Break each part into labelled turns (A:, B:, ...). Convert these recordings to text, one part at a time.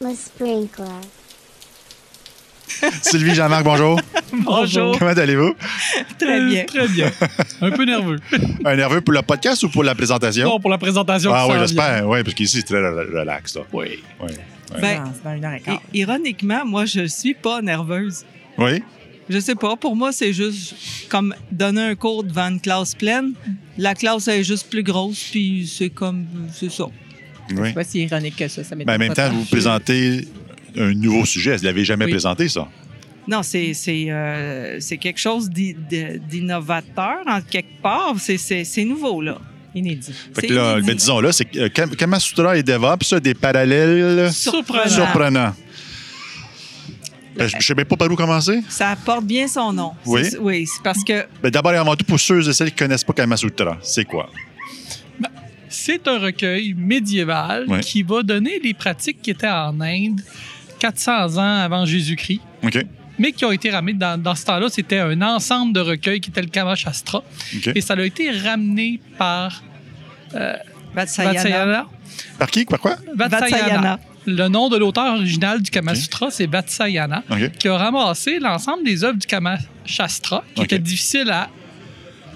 A: Le sprinkler.
B: Sylvie, Jean-Marc, bonjour.
C: Bonjour.
B: Comment allez-vous?
D: Très
A: Euh,
D: bien.
C: Très bien. Un peu nerveux.
B: Un nerveux pour le podcast ou pour la présentation?
C: Non, pour la présentation.
B: ah
C: qui
B: oui,
C: s'en vient.
B: j'espère. Oui, parce qu'ici, c'est très re- relax. Là.
C: Oui.
B: Oui.
D: Ben,
A: Non, c'est dans une heure et
D: i-
A: quart.
D: ironiquement, moi, je suis pas nerveuse.
B: oui?
D: Je sais pas. Pour moi, c'est juste comme donner un cours devant une classe pleine. La classe elle est juste plus grosse, puis c'est comme. C'est ça.
B: Oui.
A: C'est pas si ironique que ça. ça
B: Ben, en même temps, vous présentez un nouveau sujet. Vous ne l'avez jamais
D: Oui.
B: présenté, ça?
D: Non, c'est c'est, euh, c'est quelque chose d'i- de- d'innovateur en quelque part. C'est- C'est c'est nouveau, là.
A: Inédit.
B: Fait
D: C'est
B: que là,
D: inédit.
B: mais disons, là, c'est euh, Kam- Kama Sutra et DevOps, ça, des parallèles
C: Surprenant.
B: surprenants. Ben, je ne sais même pas par où commencer.
D: Ça porte bien son nom.
B: Oui.
D: C'est- Oui, c'est parce que
B: Ben, D'abord et avant tout, pour ceux et celles qui ne connaissent pas Kama Sutra, c'est quoi?
C: C'est un recueil médiéval
B: Oui.
C: qui va donner les pratiques qui étaient en Inde 400 ans avant Jésus-Christ,
B: OK.
C: mais qui ont été ramenées dans, dans ce temps-là. C'était un ensemble de recueils qui était le Kama Shastra.
B: OK.
C: Et ça a été ramené par
D: Vatsayana.
C: Vatsayana.
B: Par qui? Par quoi?
C: Vatsayana. Le nom de l'auteur original du Kama
B: Ok.
C: Sutra, c'est Vatsayana.
B: OK.
C: qui a ramassé l'ensemble des œuvres du Kama Shastra, qui
B: Ok.
C: était difficile à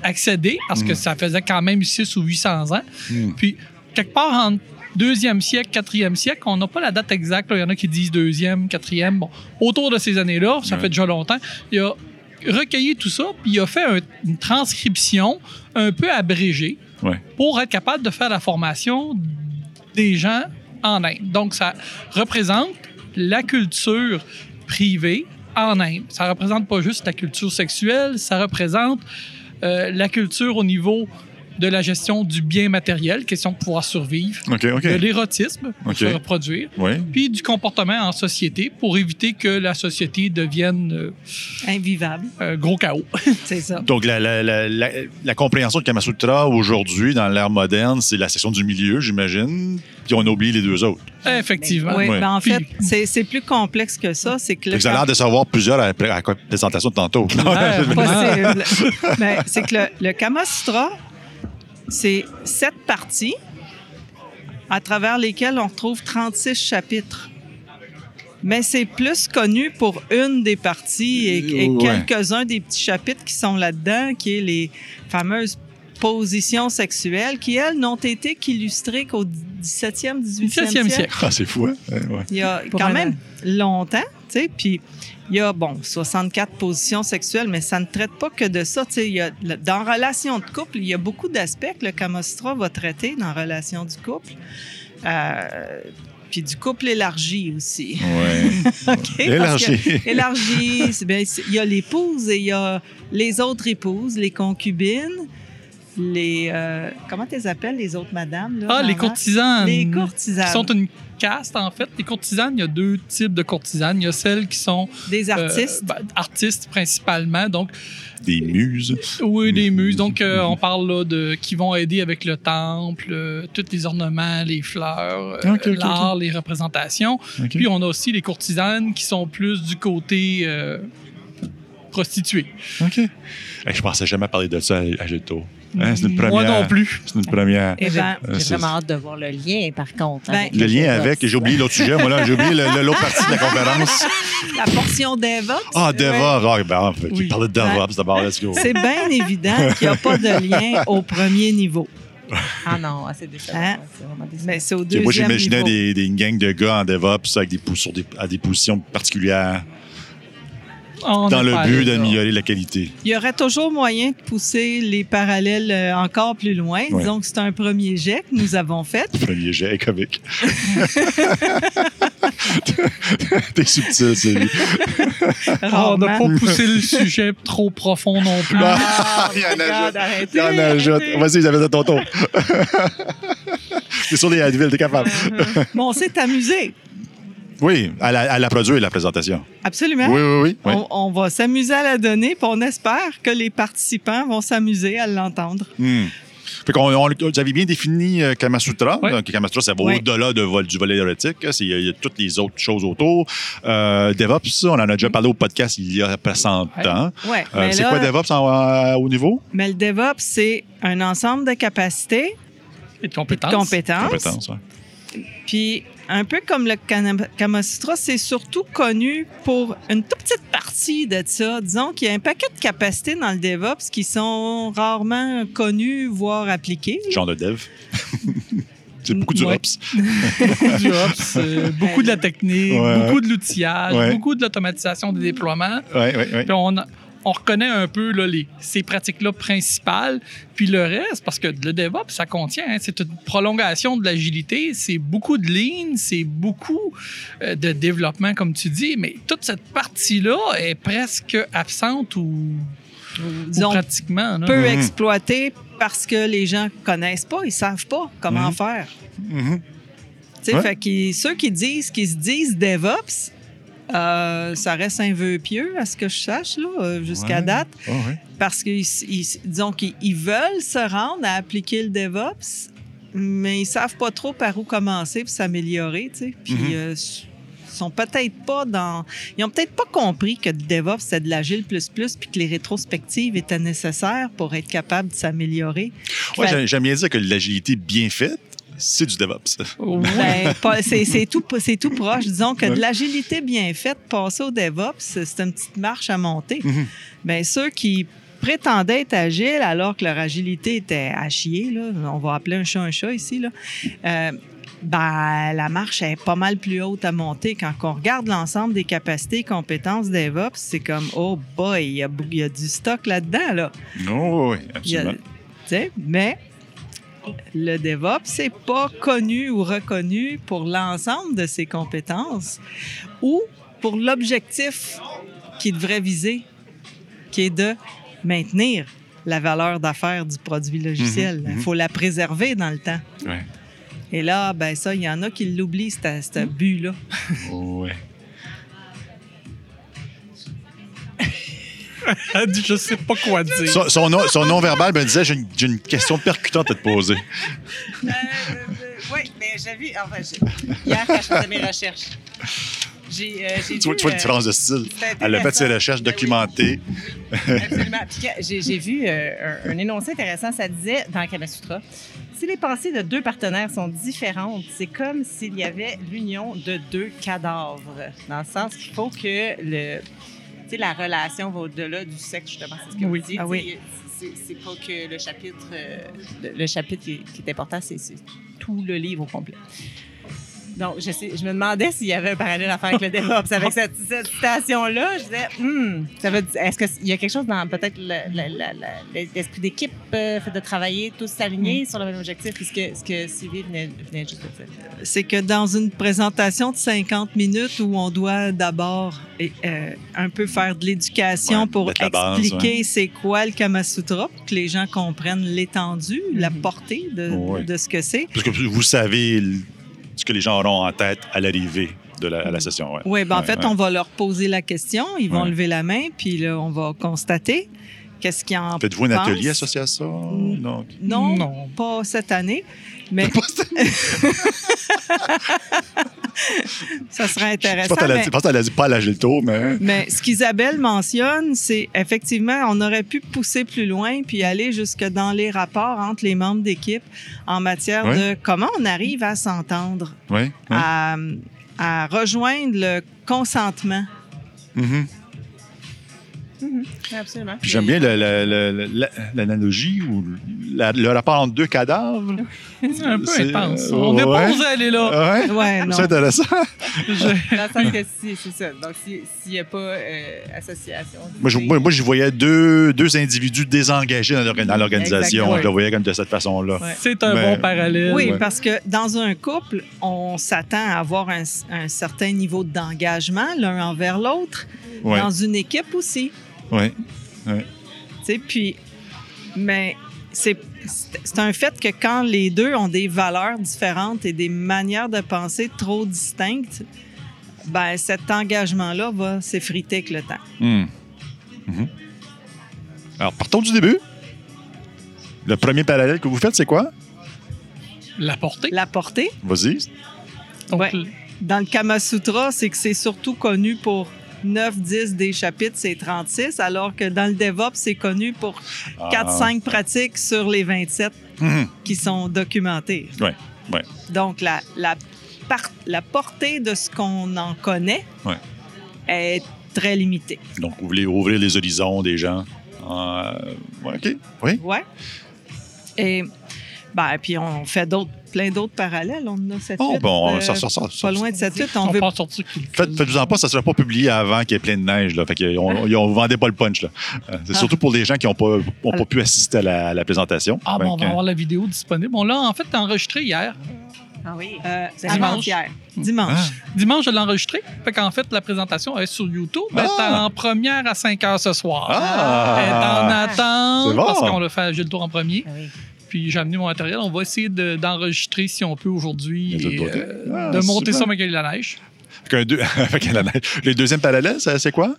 C: accéder parce que
B: Mm.
C: ça faisait quand même 6 ou 800 ans.
B: Hmm.
C: Puis, quelque part en 2e siècle, 4e siècle, on n'a pas la date exacte. là. Il y en a qui disent 2e, 4e. Bon, autour de ces années-là, ça
B: Ouais.
C: fait déjà longtemps, il a recueilli tout ça, puis il a fait un- une transcription un peu abrégée
B: Ouais.
C: pour être capable de faire la formation des gens en Inde. Donc, ça représente la culture privée en Inde. Ça représente pas juste la culture sexuelle, ça représente euh, la culture au niveau de la gestion du bien matériel, question de pouvoir survivre,
B: OK, OK.
C: de l'érotisme pour
B: Ok.
C: se reproduire,
B: Oui.
C: puis du comportement en société pour éviter que la société devienne euh,
D: Invivable,
C: un gros chaos.
D: c'est ça.
B: Donc, la, la- la- la- la compréhension de Kama Sutra aujourd'hui, dans l'ère moderne, c'est la section du milieu, j'imagine. Puis on oublie les deux autres.
C: Eh, Effectivement.
D: Oui,
B: Ouais.
D: mais en fait,
C: Puis-
D: c'est c'est plus complexe que ça. C'est que
B: Fait
D: le
B: que Vous avez l'air de savoir plusieurs après la présentation de tantôt.
C: Clairement.
D: possible. Ben, c'est que le, le Kama Sutra, c'est sept parties à travers lesquelles on retrouve 36 chapitres. Mais c'est plus connu pour une des parties et, et
B: Ouais.
D: quelques-uns des petits chapitres qui sont là-dedans, qui est les fameuses positions sexuelles, qui, elles, n'ont été qu'illustrées qu'au 17e, 18e
C: 17e
D: siècle.
C: siècle.
B: Ah, c'est fou, hein? Ouais, ouais.
D: Il y a
A: Pour
D: quand
A: un
D: même longtemps, tu sais, puis il y a, bon, 64 positions sexuelles, mais ça ne traite pas que de ça, tu sais. il y a- le- Dans relation de couple, il y a beaucoup d'aspects que le Kama Sutra va traiter dans relation du couple. Euh, puis du couple élargi aussi.
B: Ouais.
D: OK? Parce que-
B: Élargi.
D: Élargi, c'est bien- c'est- il y a l'épouse et il y a les autres épouses, les concubines, les... euh, comment tu les appelles, les autres madames? Là,
C: Ah, les
D: maman?
C: courtisanes.
D: Les courtisanes.
C: Qui sont une caste, en fait. Les courtisanes, il y a deux types de courtisanes. Il y a celles qui sont
D: Des
C: euh,
D: artistes.
C: ben, artistes principalement, donc
B: Des muses.
C: oui, des muses. Donc euh, on parle là de qui vont aider avec le temple, euh, tous les ornements, les fleurs, euh,
B: Ok, ok, ok.
C: l'art, les représentations.
B: OK.
C: Puis on a aussi les courtisanes qui sont plus du côté euh, prostitué.
B: OK. Hey, je pensais jamais parler de ça à Géto. c'est une première.
C: Moi non plus.
B: C'est une première.
D: Eh ben,
B: Euh,
A: J'ai
B: c'est-
A: vraiment hâte de voir le lien, par contre.
D: Ben,
B: Le lien avec, j'ai oublié l'autre sujet, moi là, j'ai oublié le- le- l'autre partie de la conférence.
D: La portion d'Eva.
B: Ah, DevOps. Ah, ben, en fait,
C: Oui.
B: il parlait de DevOps d'abord, let's go.
D: C'est bien évident qu'il n'y a pas de lien au premier niveau.
A: Ah non, ah, c'est décevant.
D: Hein?
A: C'est vraiment décevant.
D: Mais c'est au
B: Tu sais,
D: deuxième
B: Moi, j'imaginais
D: niveau.
B: des, des, une gang de gars en DevOps avec des, pou- sur des, à des positions particulières
C: On
B: dans
C: n'est pas
B: le but
C: allé là.
B: d'améliorer la qualité.
D: Il y aurait toujours moyen de pousser les parallèles euh, encore plus loin.
B: Ouais.
D: Disons que c'est un premier jet que nous avons fait.
B: Premier jet est comique. T'es subtil, Sylvie.
C: Ah, on n'a
D: Rarement.
C: pas poussé le sujet trop profond non plus.
B: Ah, il y en ajoute. Il
D: arrêtez,
B: y en ajoute.
D: arrêtez.
B: Vas-y, j'avais à ton tour. C'est sur les Advil, t'es capable.
D: Bon, on s'est amusé.
B: Oui, à la, à la produire, la présentation.
D: Absolument.
B: Oui, oui, oui. oui.
D: hein? On, on va s'amuser à la donner, puis on espère que les participants vont s'amuser à l'entendre.
B: Hmm. Fait qu'on, on- vous avez bien défini euh, Kama Sutra.
C: Ouais.
B: Donc, Kama Sutra, ça va
D: Ouais.
B: au-delà de vol- du volet érotique. hein. C'est- Il y, a- il y a toutes les autres choses autour. Euh, DevOps, on en a déjà parlé au podcast il y a pas 100
C: Ouais.
B: ans.
D: Ouais,
B: Euh,
D: mais
B: c'est
D: là-
B: quoi DevOps en- euh, au niveau?
D: Mais le DevOps, c'est un ensemble de capacités
C: Et de
D: et de
C: compétences.
D: compétences.
B: Compétences, ouais.
D: Puis un peu comme le Kana- Kama Sutra, c'est surtout connu pour une toute petite partie de ça. Disons qu'il y a un paquet de capacités dans le DevOps qui sont rarement connues, voire appliquées.
B: Genre de dev. c'est beaucoup du
C: Ouais.
B: ops.
C: beaucoup du ops, euh, beaucoup de la technique,
B: Ouais.
C: beaucoup de l'outillage,
B: Ouais.
C: beaucoup de l'automatisation des déploiements.
B: Ouais, ouais, ouais.
C: Puis on, on reconnaît un peu là, les, ces pratiques-là principales. Puis le reste, parce que le DevOps, ça contient, hein, c'est une prolongation de l'agilité, c'est beaucoup de lean, c'est beaucoup euh, de développement, comme tu dis, mais toute cette partie-là est presque absente ou, ou
D: Disons,
C: pratiquement. là.
D: peu
B: Mhm.
D: exploitées parce que les gens connaissent pas, ils savent pas comment
B: Mhm.
D: faire.
B: Mhm.
D: Tu sais,
B: Ouais.
D: fait qu'ils- ceux qui disent qu'ils se disent DevOps, euh, ça reste un vœu pieux, à ce que je sache, là, euh, jusqu'à
B: Ouais.
D: date,
B: Ah ouais.
D: parce qu'ils ils- disons qu'ils ils veulent se rendre à appliquer le DevOps, mais ils savent pas trop par où commencer pour s'améliorer, tu sais. Puis
B: Mhm.
D: euh, s- sont peut-être pas dans... Ils ont peut-être pas compris que le DevOps, c'est de l'agile plus plus, puis que les rétrospectives étaient nécessaires pour être capable de s'améliorer.
B: Ouais,
D: Fait-
B: j'ai- J'aime bien dire que l'agilité bien faite, c'est du DevOps.
C: Oui.
D: Ben, pas- c'est c'est tout, c'est tout proche. Disons que
B: Ouais.
D: de l'agilité bien faite, passer au DevOps, c'est une petite marche à monter.
B: Mhm.
D: Ben, ceux qui prétendaient être agiles alors que leur agilité était à chier, là, on va appeler un chat un chat ici, là, euh, ben, la marche est pas mal plus haute à monter. Quand on regarde l'ensemble des capacités et compétences DevOps, c'est comme, oh boy, il y a, il y a du stock là-dedans. Là.
B: Non, Oh, oui,
D: Il y a-
B: absolument.
D: tu sais, mais le DevOps, c'est pas connu ou reconnu pour l'ensemble de ses compétences ou pour l'objectif qu'il devrait viser, qui est de maintenir la valeur d'affaires du produit logiciel. Il
B: Mhm, mhm.
D: faut la préserver dans le temps.
B: Ouais.
D: Et là, ben ça, il y en a qui l'oublient, ce- ce
B: Mhm.
D: but-là.
B: Oh, Ouais.
C: Elle dit, je sais pas quoi dire.
B: Son, son nom, son nom verbal me disait j'ai une, j'ai une question percutante à te poser.
E: Euh, euh, oui, mais j'ai vu. Enfin, j'ai- hier, quand je faisais mes recherches, j'ai. euh, j'ai
B: Tu vois,
E: vu,
B: tu vois une
E: euh,
B: différence de style.
E: c'était
B: Elle a fait ses
E: intéressant.
B: recherches
E: Ben oui.
B: documentées.
E: Absolument. Puis que- j'ai j'ai vu euh, un, un énoncé intéressant. Ça disait dans Kama Sutra si les pensées de deux partenaires sont différentes, c'est comme s'il y avait l'union de deux cadavres. Dans le sens qu'il faut que le, tu sais, la relation va au-delà du sexe, justement. C'est ce que vous
C: Oui.
E: dites.
D: Ah oui.
E: C'est- C'est pas que le chapitre, euh, le, le chapitre qui, est- qui est important, c'est c'est tout le livre au complet. Donc, je, sais- je me demandais s'il y avait un parallèle à faire avec le DevOps. Avec cette, cette citation-là, je disais, hmm, ça veut dire- est-ce qu'il y a quelque chose dans peut-être la- la- la- la- l'esprit d'équipe, euh, fait de travailler tous s'aligner sur le même objectif, puisque ce que Sylvie venait, venait juste de dire.
D: c'est que dans une présentation de 50 minutes où on doit d'abord eh, euh, un peu faire de l'éducation
B: Ouais,
D: pour
B: mettre la base,
D: expliquer c'est quoi le Kama Sutra, pour que les gens comprennent l'étendue, la
E: Mhm.
D: portée de,
B: Ouais.
D: de ce que c'est.
B: Parce que vous savez l- ce que les gens auront en tête à l'arrivée de la, à la session. ouais.
D: Oui, ben en
B: Ouais,
D: fait,
B: ouais.
D: on va leur poser la question, ils vont
B: Ouais.
D: lever la main, puis là, on va constater qu'est-ce qu'ils en
B: Faites-vous un
D: pensent.
B: atelier associé à ça? Non.
D: Non,
C: Non.
D: pas cette année, mais ça serait
B: Je
D: intéressant.
B: pense qu'elle a
D: mais-
B: dit- je pense qu'elle a dit pas à l'âge le tour, mais.
D: Mais ce qu'Isabelle mentionne, c'est effectivement, on aurait pu pousser plus loin puis aller jusque dans les rapports entre les membres d'équipe en matière
B: Ouais.
D: de comment on arrive à s'entendre,
B: Oui.
D: à, à rejoindre le consentement.
E: Absolument.
B: Mm-hmm. Puis j'aime bien le- le- le- le- l'analogie ou la- le rapport entre deux cadavres.
C: C'est Euh, un peu
B: C'est-
C: intense.
B: euh,
C: On n'est pas
B: ouais.
C: osé aller là.
B: Ah ouais?
D: Ouais, non.
B: C'est intéressant.
C: Je-
E: Dans le sens
B: Mm.
E: que si, c'est ça. Donc, si- s'il n'y a pas euh, association.
B: Moi, je, moi, moi, j'y voyais deux, deux individus désengagés dans l'orga- dans l'organisation.
E: Exactement.
B: Je le voyais comme de cette façon-là.
D: Ouais.
C: C'est un
B: Mais-
C: bon parallèle.
D: Oui,
B: Ouais.
D: parce que dans un couple, on s'attend à avoir un, un certain niveau d'engagement l'un envers l'autre,
B: Ouais.
D: dans une équipe aussi.
B: Ouais.
D: Tu sais, puis, mais c'est c'est- c'est un fait que quand les deux ont des valeurs différentes et des manières de penser trop distinctes, ben cet engagement-là va s'effriter avec le temps.
B: Hmm. Mhm. Alors, partons du début. Le premier parallèle que vous faites, c'est quoi?
C: La portée.
D: La portée,
B: Vas-y.
C: Donc,
D: Ouais. dans le Kama Sutra, c'est que c'est surtout connu pour 9, 10 des chapitres, c'est 36, alors que dans le DevOps, c'est connu pour 4-5 pratiques sur les 27
B: Mhm.
D: qui sont documentées.
B: Ouais, ouais.
D: Donc, la, la par- la portée de ce qu'on en connaît
B: Ouais.
D: est très limitée.
B: Donc, vous voulez ouvrir les horizons des gens. Euh, ouais, OK. Oui.
D: Ouais. Et ben, puis on fait d'autres, plein d'autres parallèles. On a cette
B: Oh,
D: huit,
B: bon,
D: euh,
B: ça sort ça. ça-
D: pas loin de cette suite. On
C: On
D: veut
C: part sortir qu'il-
B: Faites- Faites-vous en pas, ça ne sera pas publié avant qu'il y ait plein de neige. Là. Fait que on- on- on vendait pas le punch. Là. Euh, C'est surtout pour les gens qui n'ont pas, ont pas pu assister à la, à la présentation.
C: Ah,
B: Fait
C: bon, on
B: que-
C: va avoir la vidéo disponible. On l'a en fait enregistré hier.
E: Ah oui.
D: euh,
E: C'est
D: avant-hier, dimanche.
B: Ah,
C: Dimanche, je l'ai enregistré. Fait qu'en fait, la présentation est sur YouTube. Elle est
B: Ah!
C: en première à 5 h ce soir. Elle est en
B: Ah!
C: attente
B: C'est bon.
C: parce qu'on l'a fait à Gilles Tour en premier.
E: Ah oui.
C: Puis j'ai amené mon matériel. On va essayer de- d'enregistrer si on peut aujourd'hui
B: Les autres
C: et,
B: beautés.
C: euh,
B: Ah,
C: de monter
B: super.
C: ça malgré la neige.
B: Fait qu'un deux- fait que la neige. Les deuxièmes parallèles, ça, c'est quoi?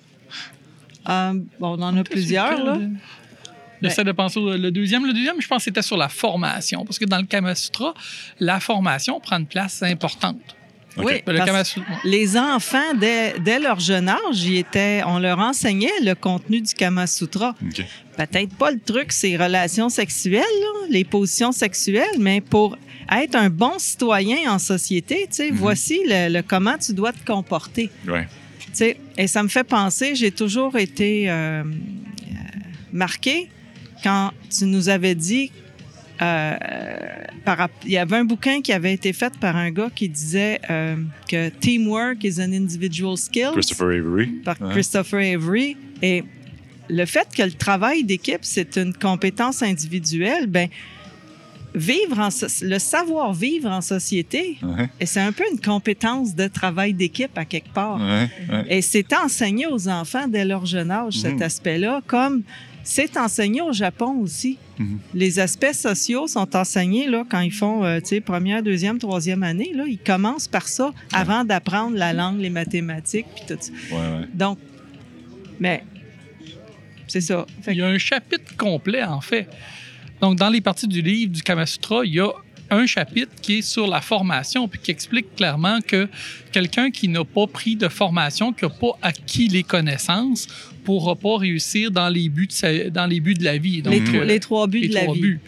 B: Ah.
D: Euh, bon, on en a plusieurs, là.
C: J'essaie de penser au le deuxième. Le deuxième, je pense, c'était sur la formation. Parce que dans le Kama Sutra, la formation prend une place importante.
B: Ok.
D: Oui,
C: Le
D: parce-
C: Kama Sutra-
D: Les enfants, dès, dès leur jeune âge, ils étaient- on leur enseignait le contenu du Kama Sutra.
B: OK.
D: Peut-être pas le truc, ces relations sexuelles, là, les positions sexuelles, mais pour être un bon citoyen en société, tu sais,
B: Mhm.
D: voici le, le comment tu dois te comporter.
B: Ouais.
D: Tu sais, et ça me fait penser, j'ai toujours été euh, euh, marquée quand tu nous avais dit, euh, par rap- il y avait un bouquin qui avait été fait par un gars qui disait euh, que teamwork is an individual skill
B: Christopher Avery.
D: par
B: Ouais.
D: Christopher Avery. Et le fait que le travail d'équipe, c'est une compétence individuelle, ben vivre en so- le savoir vivre en société,
B: Ouais,
D: et c'est un peu une compétence de travail d'équipe à quelque part.
B: ouais, ouais.
D: Et c'est enseigné aux enfants dès leur jeune âge, cet
B: Mhm.
D: aspect-là, comme c'est enseigné au Japon aussi.
B: Mhm.
D: Les aspects sociaux sont enseignés là, quand ils font euh, tu sais, première, deuxième, troisième année. Là, ils commencent par ça avant d'apprendre la langue, les mathématiques, puis tout ça.
B: Ouais, ouais.
D: Donc, mais c'est ça. Fait
C: Il
D: que-
C: y a un chapitre complet, en fait. Donc, dans les parties du livre du Kama Sutra, il y a un chapitre qui est sur la formation, puis qui explique clairement que quelqu'un qui n'a pas pris de formation, qui n'a pas acquis les connaissances, pourra pas réussir dans les buts de, sa- dans les buts de la vie. Donc,
D: les, tro-
C: euh,
D: les trois buts
C: les
D: de la
C: trois
D: vie.
C: buts.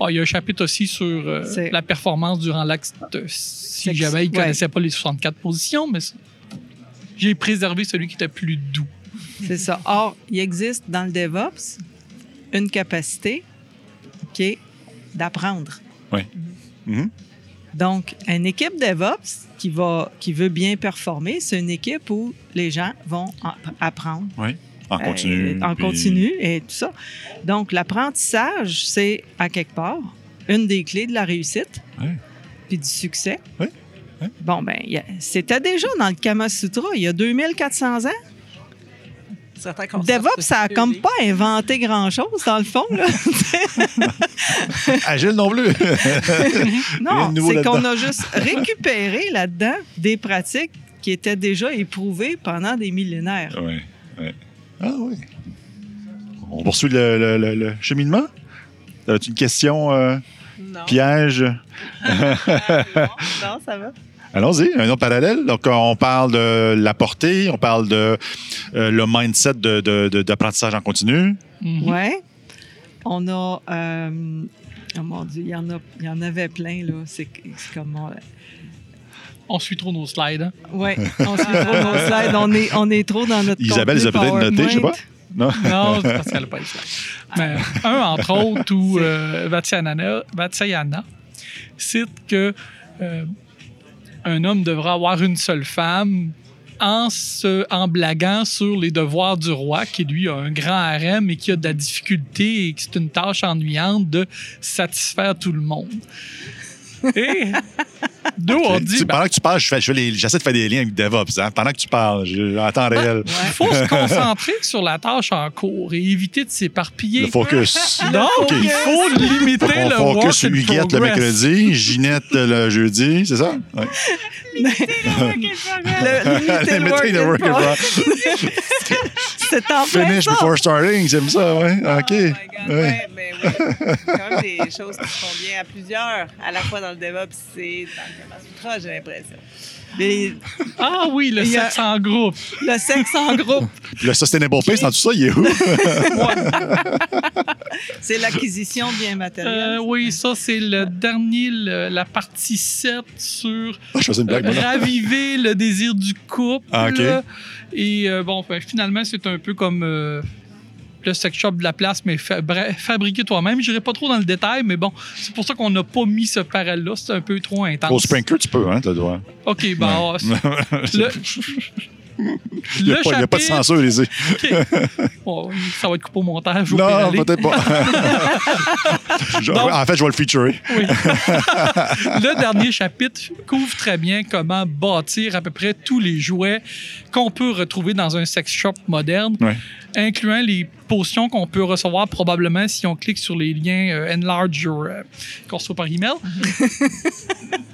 C: Ah, il y a un chapitre aussi sur euh,
D: C'est-
C: la performance durant l'acte. euh, Si
D: Sexe-
C: jamais il ne
D: ouais.
C: connaissait pas les 64 positions, mais c'est- j'ai préservé celui qui était plus doux.
D: C'est ça. Or, il existe dans le DevOps une capacité qui est d'apprendre.
B: Mhm.
D: Donc, une équipe DevOps qui, va, qui veut bien performer, c'est une équipe où les gens vont en- apprendre
B: En continu.
D: euh, en
B: puis-
D: continu et tout ça. Donc, l'apprentissage, c'est à quelque part une des clés de la réussite
B: Ouais.
D: puis du succès.
B: Oui, oui.
D: Bon, ben, il y a- c'était déjà dans le Kama Sutra il y a 2400 ans.
E: Certains qu'on
D: DevOps,
E: sorte
D: ça a
E: de
D: comme
E: télé.
D: pas inventé grand-chose, dans le fond. là.
B: Agile Ah, non plus. Rien
D: Non,
B: de nouveau
D: c'est
B: là-dedans.
D: qu'on a juste récupéré là-dedans des pratiques qui étaient déjà éprouvées pendant des millénaires.
B: Ouais, ouais. Ah oui. On poursuit le, le- le- le cheminement? T'avais-tu une question, euh,
E: Non.
B: piège?
E: non, ça va.
B: Allons-y, un autre parallèle. Donc, on parle de la portée, on parle de euh, le mindset de- de- de- d'apprentissage en continu.
C: Mhm.
D: Ouais. On a. euh, oh mon Dieu, il y en, a, il y en avait plein, là. C'est c'est comme. euh, on-
C: On suit trop nos slides. hein.
D: Ouais, on suit trop nos slides. On est, on est trop dans notre.
B: Isabelle,
D: contenu
B: ils ont peut-être noté, je sais pas.
D: PowerPoint.
C: Non, c'est parce qu'elle n'a pas les slides. Mais un, entre autres, où euh, Vatsyayana, Vatsyayana cite que euh, un homme devra avoir une seule femme en, se, en blaguant sur les devoirs du roi, qui lui a un grand harem et qui a de la difficulté et que c'est une tâche ennuyante de satisfaire tout le monde. Et d'où on
B: Tu-
C: dit, ben,
B: pendant que tu parles, je fais- je fais les- j'essaie de faire des liens avec DevOps. hein. Pendant que tu parles, je- en temps réel,
C: il faut se concentrer sur la tâche en cours et éviter de
B: le
C: s'éparpiller.
B: focus.
C: Donc,
B: Ok.
C: il faut limiter
B: Donc,
C: le
B: on
C: work
B: focus
C: in
B: Huguette le
C: progress.
B: mercredi, Ginette le jeudi, c'est ça? Ouais.
D: Le- limiter le work in
B: work in
D: progress.
B: progress.
D: C'est en plein
B: Finish
D: ça.
B: before starting, j'aime ça, ouais. OK.
E: Oh my God,
B: Ouais.
E: ouais, mais oui. C'est quand même des choses qui se font bien à plusieurs, à la fois dans le DevOps et dans le Kama Sutra, j'ai l'impression.
D: Les-
C: Ah oui, le
D: Il y a-
C: sexe en groupe.
D: le sexe en groupe.
B: Ah, Le sustainable pace dans tout ça, il est où?
D: C'est l'acquisition de biens
C: Euh,
D: matériels.
C: oui, ça, c'est le dernier, le- la partie 7 sur euh,
B: Ah, je faisais une blague, moi, là.
C: raviver le désir du couple.
B: Ah, ok.
C: Et euh, bon, ben, finalement, c'est un peu comme euh, le sex shop de la place, mais fa- bra- fabriqué toi-même. Je pas trop dans le détail, mais bon, c'est pour ça qu'on n'a pas mis ce parallèle-là. C'est un peu trop intense.
B: Au sprinkler, tu peux, hein, t'as le droit.
C: OK, ben, ah, c'est- le...
B: Il n'y a, pas- il y a pas de
C: chapitre-
B: censure, les
C: Bon, ça va être coupé au montage. au pire
B: Non,
C: aller.
B: peut-être pas. Je-
C: Donc-
B: en fait, je vais le featurer.
C: Oui. le dernier chapitre couvre très bien comment bâtir à peu près tous les jouets qu'on peut retrouver dans un sex shop moderne,
B: Ouais.
C: incluant les potions qu'on peut recevoir probablement si on clique sur les liens euh, Enlarge Your euh, qu'on reçoit par email.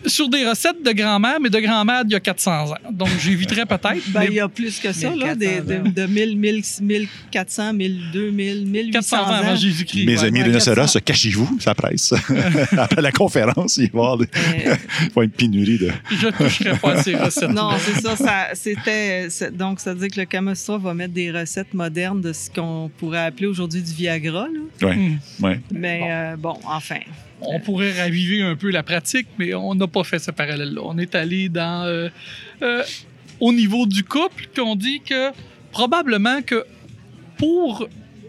C: sur des recettes de grand-mère, mais de grand-mère d'il y a 400 ans. Donc j'éviterai peut-être.
D: Ben,
C: mais
D: il y a plus que ça, là, des,
A: 1400 ans.
D: de, de 1000, 1000, 1400, 1000, 2000, 1800
C: 400 ans avant
D: ans.
C: Jésus-Christ.
B: Mes
C: ouais.
B: amis
D: ouais,
B: rhinocéros,
D: quatre-cents.
B: cachez-vous, ça presse. Après la conférence, il va y avoir des-
D: Euh,
B: il va y avoir une pénurie de.
C: Je toucherai pas à ces recettes.
D: non, c'est ça, ça c'était... c'est- Donc, ça veut dire que le Camastra va mettre des recettes modernes de ce qu'on pourrait appeler aujourd'hui du Viagra, là.
C: Hmm.
B: Ouais.
D: Mais
C: Bon.
D: euh, bon, enfin.
C: On pourrait raviver un peu la pratique, mais on n'a pas fait ce parallèle-là. On est allé dans euh, euh, au niveau du couple, puis on dit que probablement que pour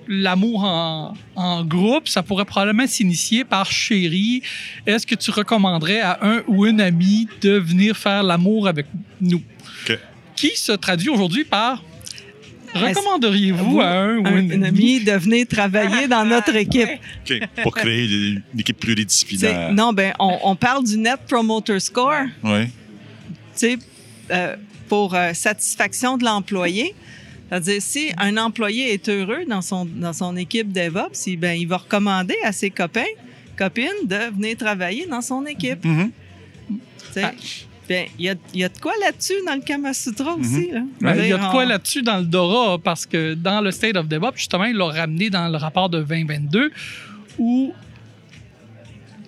C: l'amour en, en groupe, ça pourrait probablement s'initier par chérie. Est-ce que tu recommanderais à un ou une amie de venir faire l'amour avec nous?
B: OK.
C: Qui se traduit aujourd'hui par
D: Est-ce-
C: recommanderiez-vous
D: vous,
C: à un ou
D: Un,
C: une, Ah,
D: une
C: amie?
D: amie de venir travailler dans notre équipe.
B: OK. Pour créer des- une équipe
D: T'sais,
B: pluridisciplinaire.
D: non, ben, on, on parle du Net Promoter Score,
B: Ouais.
D: tu sais, euh, pour euh, satisfaction de l'employé. C'est-à-dire, si un employé est heureux dans son, dans son équipe DevOps, il, ben, il va recommander à ses copains, copines, de venir travailler dans son équipe.
B: Mhm.
D: tu sais.
C: Ah.
D: Ben, il y a, il y a de quoi là-dessus dans le Kama Sutra aussi. là.
C: Ben, Il y a
D: C'est-à-dire,
C: de quoi
D: on-
C: là-dessus dans le Dora, parce que dans le State of DevOps, justement, ils l'ont ramené dans le rapport de 2022, où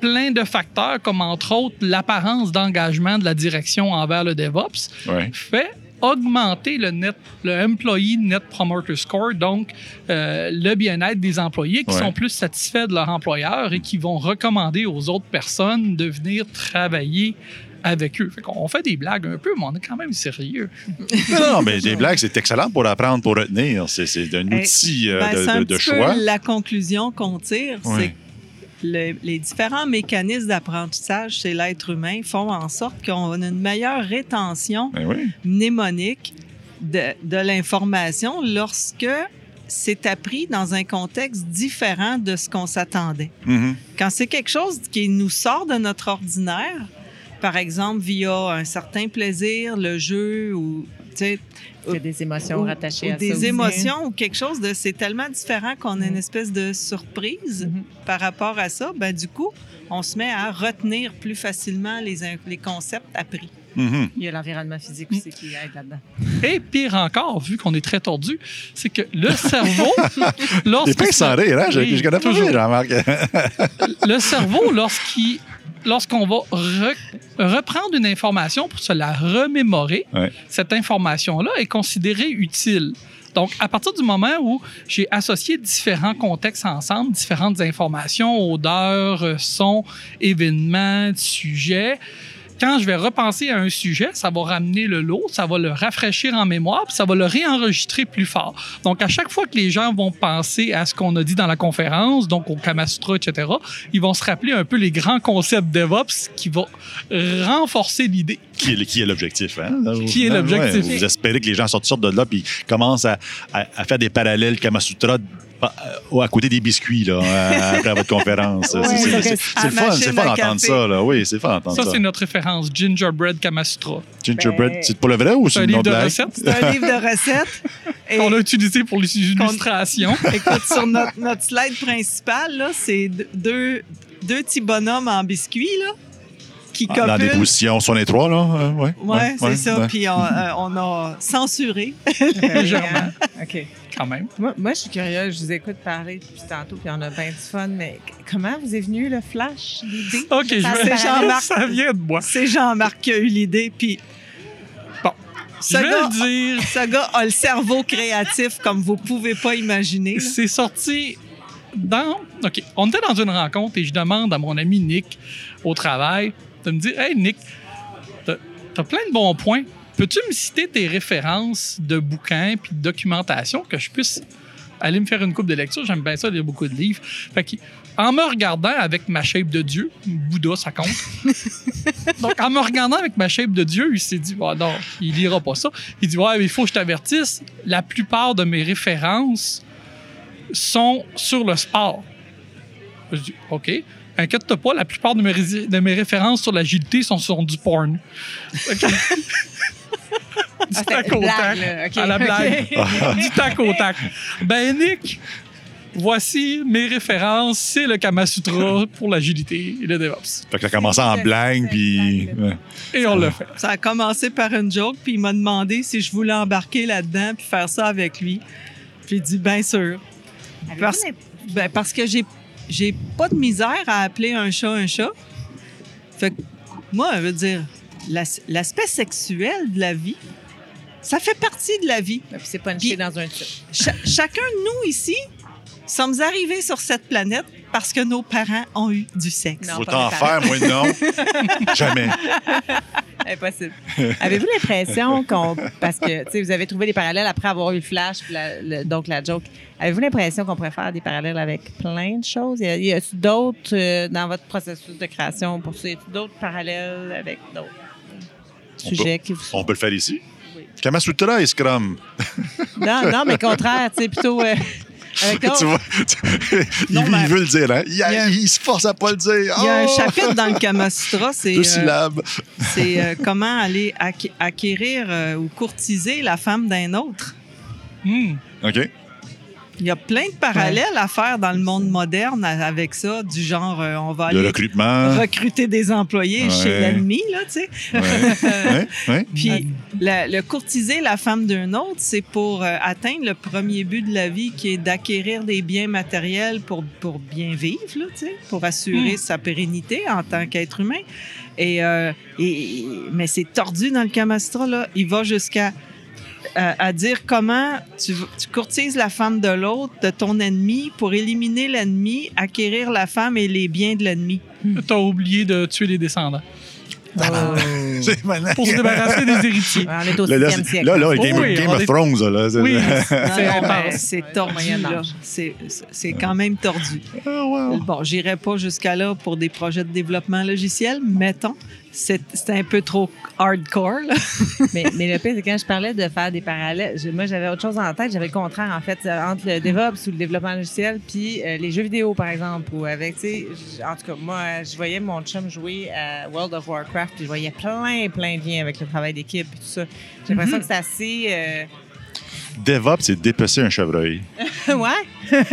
C: plein de facteurs, comme entre autres l'apparence d'engagement de la direction envers le DevOps,
B: Ouais.
C: fait augmenter le net, le employee net promoter score, donc euh, le bien-être des employés qui
B: Ouais.
C: sont plus satisfaits de leur employeur et qui vont recommander aux autres personnes de venir travailler avec eux. Fait qu'on fait des blagues un peu, mais on est quand même sérieux.
B: Non, non, mais des blagues, c'est excellent pour apprendre, pour retenir. C'est- C'est un
D: Eh,
B: outil euh,
D: Ben,
B: de,
D: c'est un
B: de- de
D: petit peu
B: choix.
D: la conclusion qu'on tire, c'est
B: Ouais.
D: le- les différents mécanismes d'apprentissage chez l'être humain font en sorte qu'on a une meilleure rétention
B: Ben oui.
D: mnémonique de, de l'information lorsque c'est appris dans un contexte différent de ce qu'on s'attendait.
B: Mhm.
D: Quand c'est quelque chose qui nous sort de notre ordinaire, par exemple via un certain plaisir, le jeu ou tu sais,
A: Il y a des émotions
D: ou-
A: rattachées
D: ou
A: à ça.
D: des
A: aussi. hein.
D: émotions ou quelque chose de c'est tellement différent qu'on a une espèce de surprise
A: Mhm.
D: par rapport à ça ben du coup on se met à retenir plus facilement les, in- les concepts appris
B: Mhm.
A: Il y a l'environnement physique aussi qui aide là-dedans.
C: Et pire encore, vu qu'on est très tordu, c'est que le cerveau, lorsque
B: Des pinces sans rire, hein? Je,
C: Oui,
B: je connais pas
C: toujours.
B: ça, Jean-Marc.
C: le cerveau, lorsqu'il- lorsqu'on va re- reprendre une information pour se la remémorer,
B: Ouais.
C: cette information-là est considérée utile. Donc, à partir du moment où j'ai associé différents contextes ensemble, différentes informations, odeurs, euh, sons, événements, sujets, quand je vais repenser à un sujet, ça va ramener le lot, ça va le rafraîchir en mémoire, puis ça va le réenregistrer plus fort. Donc, à chaque fois que les gens vont penser à ce qu'on a dit dans la conférence, donc au Kamasutra, etc., ils vont se rappeler un peu les grands concepts DevOps qui vont renforcer l'idée.
B: qui est, le- qui est l'objectif. Hein?
C: Qui est l'objectif.
B: Ouais, vous espérez que les gens sortent, sortent de là puis commencent à, à- à faire des parallèles Kamasutra pa- euh, à côté des biscuits là, euh, après votre conférence.
A: Ouais,
B: c'est c'est-
A: ça
B: c'est-
A: reste
B: c'est le fun,
D: machine
B: c'est le fun
D: à
B: d'entendre
D: café.
B: ça. Là. Oui, c'est le fun d'entendre
C: Ça,
B: ça.
C: c'est notre référence, Gingerbread Kamasutra.
B: Gingerbread,
A: Ben-
B: c'est pour le vrai ou
C: C'est
B: c'est
C: un
B: une
C: livre
B: autre
C: de
B: blague?
C: recettes
D: c'est un livre de recettes et
C: qu'on a utilisé pour les illustrations.
D: écoute sur notre, notre slide principale là c'est d- deux deux petits bonhommes en biscuits là qui
B: Ah, Dans des
D: copulent
B: positions, sont les trois, là. euh, ouais,
D: Ouais, c'est ça.
B: ouais.
D: Puis on, euh, on a censuré.
C: Légèrement.
A: OK.
C: Quand même.
A: Moi, moi, je suis curieuse. Je vous écoute parler depuis tantôt, puis on a bien du fun, mais c- comment vous est venu le flash, l'idée?
C: OK, je
A: Ça,
C: vais...
A: c'est Jean-Marc.
C: Ça vient de moi.
D: C'est Jean-Marc qui a eu l'idée. Puis
C: Je
D: Ça
C: vais
D: doit-
C: le dire.
D: ce gars a le cerveau créatif comme vous pouvez pas imaginer. là.
C: C'est sorti dans. OK, on était dans une rencontre et je demande à mon ami Nick au travail de me dire Hey, Nick, t'as t'as plein de bons points. Peux-tu me citer tes références de bouquins puis de documentation que je puisse aller me faire une coupe de lecture? J'aime bien ça, lire beaucoup de livres. Fait que, en me regardant avec ma shape de Dieu, Bouddha, ça compte. Donc, en me regardant avec ma shape de Dieu, il s'est dit, Ah non, il lira pas ça. Il dit, ouais, mais il faut que je t'avertisse. La plupart de mes références sont sur le sport. Je dis, OK. Inquiète-toi pas, la plupart de mes, ré- de mes références sur l'agilité sont sur du porn. OK. Du
E: Ah,
C: tac
E: c'était une
C: au
E: blague,
C: tac.
E: là. OK,
C: À la
E: OK.
C: blague. du tac au tac. Ben, Nick, voici mes références. C'est le Kama Sutra pour l'agilité et le DevOps.
B: Fait que t'as commencé en
E: C'est-
B: blague,
E: c'est
B: puis.
E: blague,
B: ouais.
C: Et on le fait.
D: Ça a commencé par une joke, puis il m'a demandé si je voulais embarquer là-dedans puis faire ça avec lui. Puis il dit bien sûr.
E: Avez-vous
D: Parce-
E: l'imp-
D: Ben, parce que j'ai j'ai pas de misère à appeler un chat un chat. Fait que moi, je veux dire, l'as- l'aspect sexuel de la vie, ça fait partie de la vie.
E: Ah, puis C'est punché
D: Puis-
E: dans un tube.
D: Cha- chacun de nous ici sommes arrivés sur cette planète parce que nos parents ont eu du sexe.
E: Non.
B: Faut
E: pas
B: t'en
E: mes
B: faire, moi, non. Jamais.
E: Impossible. Avez-vous l'impression qu'on. Parce que, tu sais, vous avez trouvé des parallèles après avoir eu le flash, puis la- le- donc la joke. Avez-vous l'impression qu'on pourrait faire des parallèles avec plein de choses? Y a- Y a-t-il d'autres euh, dans votre processus de création pour ça? Y a-t-il d'autres parallèles avec d'autres
B: On
E: sujets qui vous sont.
B: On peut le faire ici.
E: Oui.
B: Kamasutra et Scrum.
E: Non, non, mais contraire, tu sais, plutôt. euh, avec
B: Tu
E: d'autres.
B: vois, il,
D: Non,
B: il
D: mais-
B: veut le dire, hein? Il,
D: y a-
B: il se force à pas le dire.
D: Il y a un
B: Oh!
D: chapitre dans le Kama Sutra, c'est
B: Deux
D: euh,
B: syllabes.
D: c'est euh, comment aller acqui- acquérir euh, ou courtiser la femme d'un autre.
C: Hmm.
B: OK.
D: Il y a plein de parallèles à faire dans le monde moderne a- avec ça, du genre euh, on va
B: Le
D: aller
B: recrutement.
D: recruter des employés
B: Ouais.
D: chez l'ennemi, là, tu sais.
B: Ouais. Ouais. Ouais.
D: Puis la- le courtiser la femme d'un autre, c'est pour euh, atteindre le premier but de la vie qui est d'acquérir des biens matériels pour, pour bien vivre, là, tu sais, pour assurer sa pérennité en tant qu'être humain. Et, euh, et- et- mais c'est tordu dans le Kamastra, là. Il va jusqu'à euh, à, à dire comment tu, tu courtises la femme de l'autre, de ton ennemi, pour éliminer l'ennemi, acquérir la femme et les biens de l'ennemi.
C: T'as oublié de tuer les descendants
E: Oh.
B: C'est maintenant-
C: pour se débarrasser des héritiers.
E: Ouais, Ah, On est au
B: Là, là,
E: 6e
B: c'est-
E: siècle.
B: là, là, Game,
C: Oui,
B: Game
C: on
B: of
C: est-
B: Thrones, là. c'est-
C: Oui,
D: Non,
C: c'est
D: non,
C: on
D: mais
C: pense.
D: ben, c'est
E: Ouais,
D: tordu,
E: Moyen
D: là.
E: Âge.
D: C'est- C'est quand même tordu.
B: Ah, wow.
D: Euh, Bon, j'irai pas jusqu'à là pour des projets de développement logiciel, mettons. C'est c'est un peu trop hardcore. là.
E: mais, mais le pire, c'est quand je parlais de faire des parallèles, je- moi, j'avais autre chose en tête. J'avais le contraire, en fait, euh, entre le DevOps ou le développement logiciel, puis euh, les jeux vidéo, par exemple, ou avec, tu sais, j- en tout cas, moi, euh, je voyais mon chum jouer à World of Warcraft, puis je voyais plein, plein de liens avec le travail d'équipe, et tout ça. J'ai l'impression
B: Mm-hmm.
E: que c'est assez. euh,
B: DevOps, c'est dépecer un chevreuil.
E: ouais.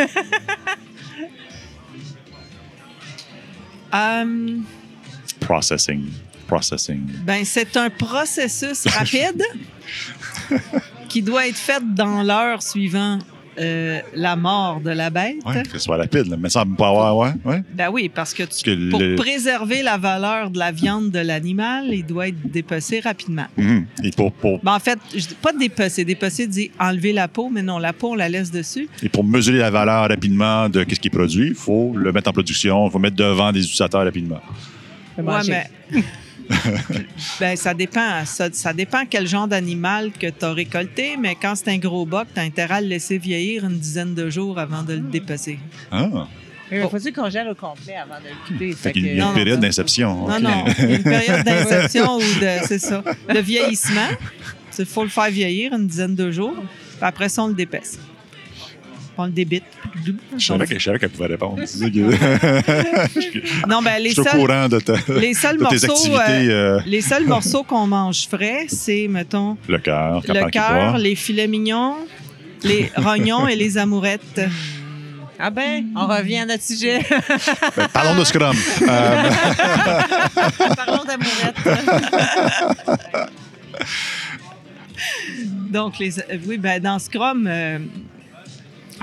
D: Euh,
B: Processing. Processing.
D: ben, c'est un processus rapide qui doit être fait dans l'heure suivant euh, la mort de la bête.
B: Ouais, que ce soit rapide, là. Mais ça, pas avoir, ouais. ouais.
D: Ben oui, parce que, tu-
B: Parce que
D: pour
B: le-
D: préserver la valeur de la viande de l'animal, il doit être dépecé rapidement.
B: Mhm. Et pour, pour,
D: Ben, en fait, je dis pas dépecé. Dépecé dit enlever la peau, mais non, la peau, on la laisse dessus.
B: Et pour mesurer la valeur rapidement de ce qui est produit, il faut le mettre en production, il faut mettre devant des utilisateurs rapidement.
D: Ouais, mais. ben, ça dépend. Ça, ça dépend quel genre d'animal que tu as récolté, mais quand c'est un gros boc, tu as intérêt à le laisser vieillir une dizaine de jours avant de le dépecer.
B: Ah,
E: Il faut que qu'on gèle au complet avant de le couper.
B: fait qu'il y a
D: non,
B: une
D: non,
B: période d'inception. hein.
D: Non,
B: Ah. OK.
D: non. Il y a une période d'inception ou de. C'est ça. De vieillissement. Il faut le faire vieillir une dizaine de jours. Puis après ça, on le dépèce. On le débite.
B: Je savais que- je savais qu'elle pouvait répondre. C'est ça que-
D: Non, ben,
B: Je
D: les
B: suis au
D: seuls,
B: courant de, ta- de
D: les seuls
B: tes
D: morceaux. euh,
B: activités, euh,
D: les seuls morceaux qu'on mange frais, c'est, mettons,
B: le cœur, quand
D: le
B: on
D: cœur,
B: parle
D: les filets mignons, les rognons et les amourettes.
E: Ah ben, on revient à notre sujet.
B: qui boit. Euh, Parlons de Scrum. Euh,
E: Parlons d'amourette.
D: Donc, les, euh, oui, ben, dans Scrum, euh,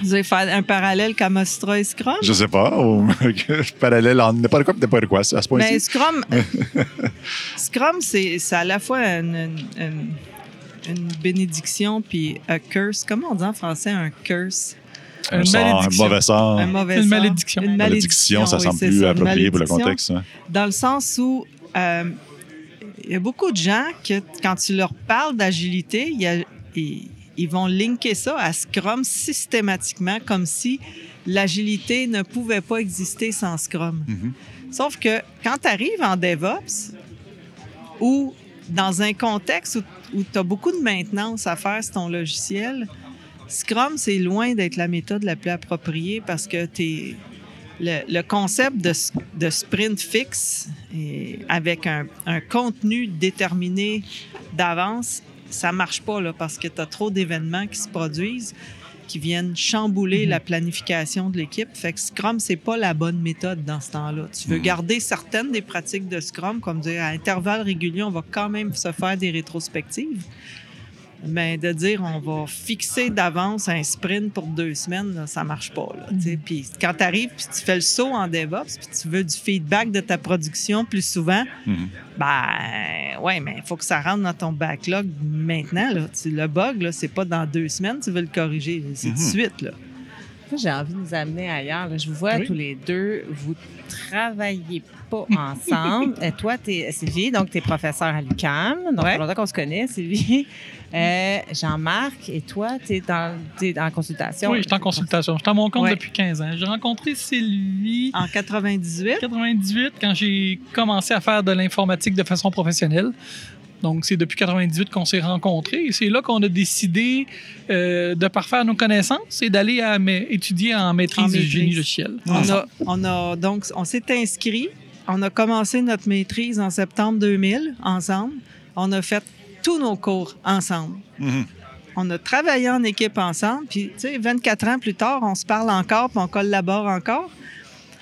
D: vous allez faire un parallèle comme Ostra et Scrum.
B: je sais pas. ou- parallèle en n'importe quoi, n'importe quoi. À ce
D: Mais
B: point-ci.
D: Scrum, euh, Scrum c'est c'est à la fois une, une- une- une bénédiction puis un curse. Comment on dit en français un curse?
B: Un,
C: Une
B: sort, un
C: malédiction.
B: mauvais sort.
D: Un mauvais
C: Une
D: sort.
C: malédiction.
D: Une
B: Ah. Malédiction, ça
D: oui,
B: semble
D: c'est
B: plus
D: ça, une
B: approprié pour le
D: malédiction.
B: contexte. hein.
D: Dans le sens où euh, il y a beaucoup de gens que quand tu leur parles d'agilité, il y a- ils, ils vont linker ça à Scrum systématiquement comme si l'agilité ne pouvait pas exister sans Scrum.
B: Mhm.
D: Sauf que quand tu arrives en DevOps ou dans un contexte où, tu as beaucoup de maintenance à faire sur ton logiciel, Scrum, c'est loin d'être la méthode la plus appropriée parce que t'es- le, le concept de, s- de sprint fixe et avec un, un contenu déterminé d'avance, ça marche pas là, parce que tu as trop d'événements qui se produisent qui viennent chambouler
C: Mhm.
D: la planification de l'équipe. Fait que Scrum, c'est pas la bonne méthode dans ce temps-là. Tu veux
B: Mhm.
D: garder certaines des pratiques de Scrum, comme dire à intervalles réguliers, on va quand même se faire des rétrospectives. Mais Ben, de dire on va fixer d'avance un sprint pour deux semaines, là, ça marche pas. Là, tu sais. Puis quand tu arrives, puis tu fais le saut en DevOps, puis tu veux du feedback de ta production plus souvent,
B: Mhm.
D: ben ouais, mais il faut que ça rentre dans ton backlog maintenant. Là. Tu, le bug, là, c'est pas dans deux semaines, tu veux le corriger, là, c'est tout de
B: Mhm.
D: suite. Là.
E: Moi, j'ai envie de nous amener ailleurs. là. Je vous vois
C: Oui.
E: tous les deux, vous travaillez pas ensemble. Euh, toi, t'es Sylvie, donc tu es professeur à l'UCAM. Donc, ça fait longtemps qu'on se connaît, Sylvie. Euh, Jean-Marc, et toi, tu es, en consultation.
C: Oui, je suis en consultation. Je suis à mon compte
D: Ouais.
C: depuis 15 ans. J'ai rencontré Sylvie
D: En 98,
C: 98 quand j'ai commencé à faire de l'informatique de façon professionnelle. Donc, c'est depuis 98 qu'on s'est rencontrés et c'est là qu'on a décidé euh, de parfaire nos connaissances et d'aller à ma- étudier en maîtrise
D: En
C: du
D: maîtrise. Ah
C: génie logiciel.
D: on a, on a donc on s'est inscrit, on a commencé notre maîtrise en septembre 2000 ensemble. On a fait tous nos cours ensemble.
B: Mhm.
D: On a travaillé en équipe ensemble, puis tu sais, 24 ans plus tard, on se parle encore, puis on collabore encore.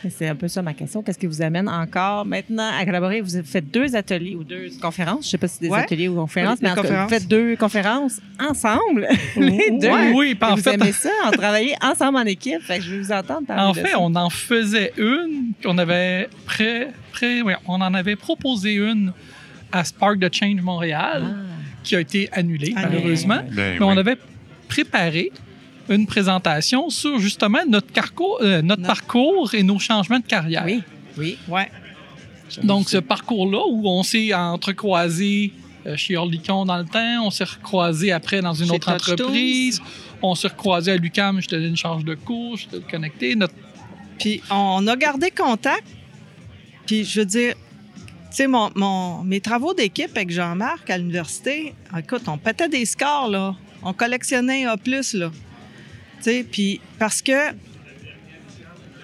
E: C'est un peu ça ma question. Qu'est-ce qui vous amène encore maintenant à collaborer? Vous faites deux ateliers ou deux conférences. Je sais pas si c'est des
D: Ouais.
E: ateliers ou conférences,
D: Des
E: mais en tout cas, vous
D: conférences.
E: faites deux conférences ensemble. les deux.
C: Oui, oui, puis
E: Et
C: en
E: vous
C: fait,
E: aimez ça, en travailler ensemble en équipe. Fait que je vais vous entendre parler
C: En
E: de
C: fait,
E: ça.
C: on en faisait une, puis on avait pré- pré- ouais, on en avait proposé une à Spark de Change
E: Ah.
C: Montréal, qui a été annulée
D: Annulée.
C: malheureusement.
B: Ben
C: Mais
B: oui.
C: on avait préparé une présentation sur justement notre, carco- euh, notre
D: Notre-
C: parcours et nos changements de carrière.
E: Oui, oui.
D: Ouais.
C: Donc, ce parcours-là où on s'est entrecroisé euh, chez Orlicon dans le temps, on s'est recroisé après dans une
D: Chez
C: autre
D: Touchstones.
C: entreprise, on s'est recroisé à l'UCAM, je te donne une charge de cours, je te connecté. Notre...
D: Puis on a gardé contact. Puis je veux dire, tu sais, mon, mon- mes travaux d'équipe avec Jean-Marc à l'université, écoute, on pétait des scores, là. On collectionnait A, là. Tu sais, puis parce que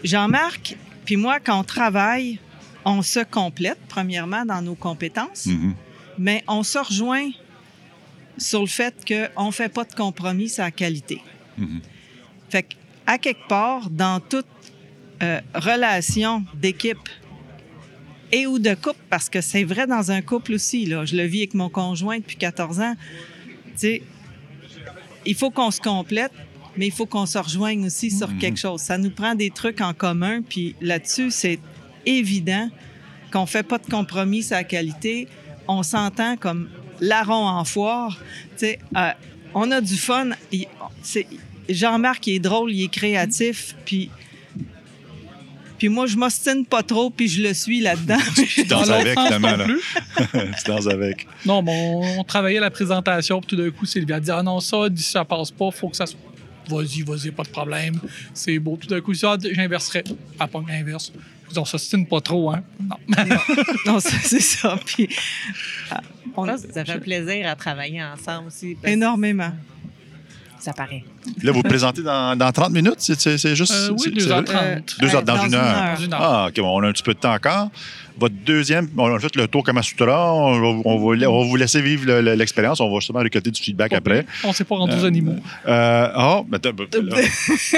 D: Jean-Marc, puis moi, quand on travaille, on se complète, premièrement, dans nos compétences,
B: Mhm.
D: mais on se rejoint sur le fait qu'on ne fait pas de compromis sur la qualité.
B: Mhm.
D: Fait que, à quelque part, dans toute euh, relation d'équipe et ou de couple, parce que c'est vrai dans un couple aussi, là, je le vis avec mon conjoint depuis 14 ans, tu sais, il faut qu'on se complète, mais il faut qu'on se rejoigne aussi sur
B: Mhm.
D: quelque chose. Ça nous prend des trucs en commun, puis là-dessus, c'est évident qu'on fait pas de compromis sur la qualité. On s'entend comme larron en foire. Tu sais, euh, on a du fun. Il- c'est- Jean-Marc, il est drôle, il est créatif, puis... Puis moi, je m'ostine pas trop, puis je le suis là-dedans.
B: Tu danses
C: Dans l'autre
B: avec,
C: sens non
B: finalement. là.
C: plus.
B: Tu danses avec.
C: Non, mais on, on travaillait la présentation, puis tout d'un coup, Sylvie a dit Ah non, ça, dis, ça passe pas, faut que ça soit. Vas-y, vas-y, pas de problème. C'est beau. Tout d'un coup, ça, j'inverserais. Ah, pas l'inverse. On s'ostine pas trop, hein. Non.
D: non, ça, c'est ça. Puis, ah, on-
E: Je pense que ça fait plaisir à travailler ensemble
B: Ben,
E: aussi. parce que
D: énormément.
E: Ça paraît.
B: Là, vous vous présentez dans, dans 30 minutes? C'est- C'est c'est juste.
C: Euh,
B: c'est-
C: oui,
B: c'est-
C: 2h30.
B: Deux heures dans une heure.
C: Euh, Dans une heure.
B: Ah, OK, bon, on a un petit peu de temps encore. Votre deuxième, on a fait le tour Kamasutra. On, va- on, va, la- on va vous laisser vivre le- le- l'expérience. On va justement récolter du feedback après.
C: On s'est pas rendu aux
B: Euh,
C: animaux.
B: Euh, oh, mais attends, ben, là,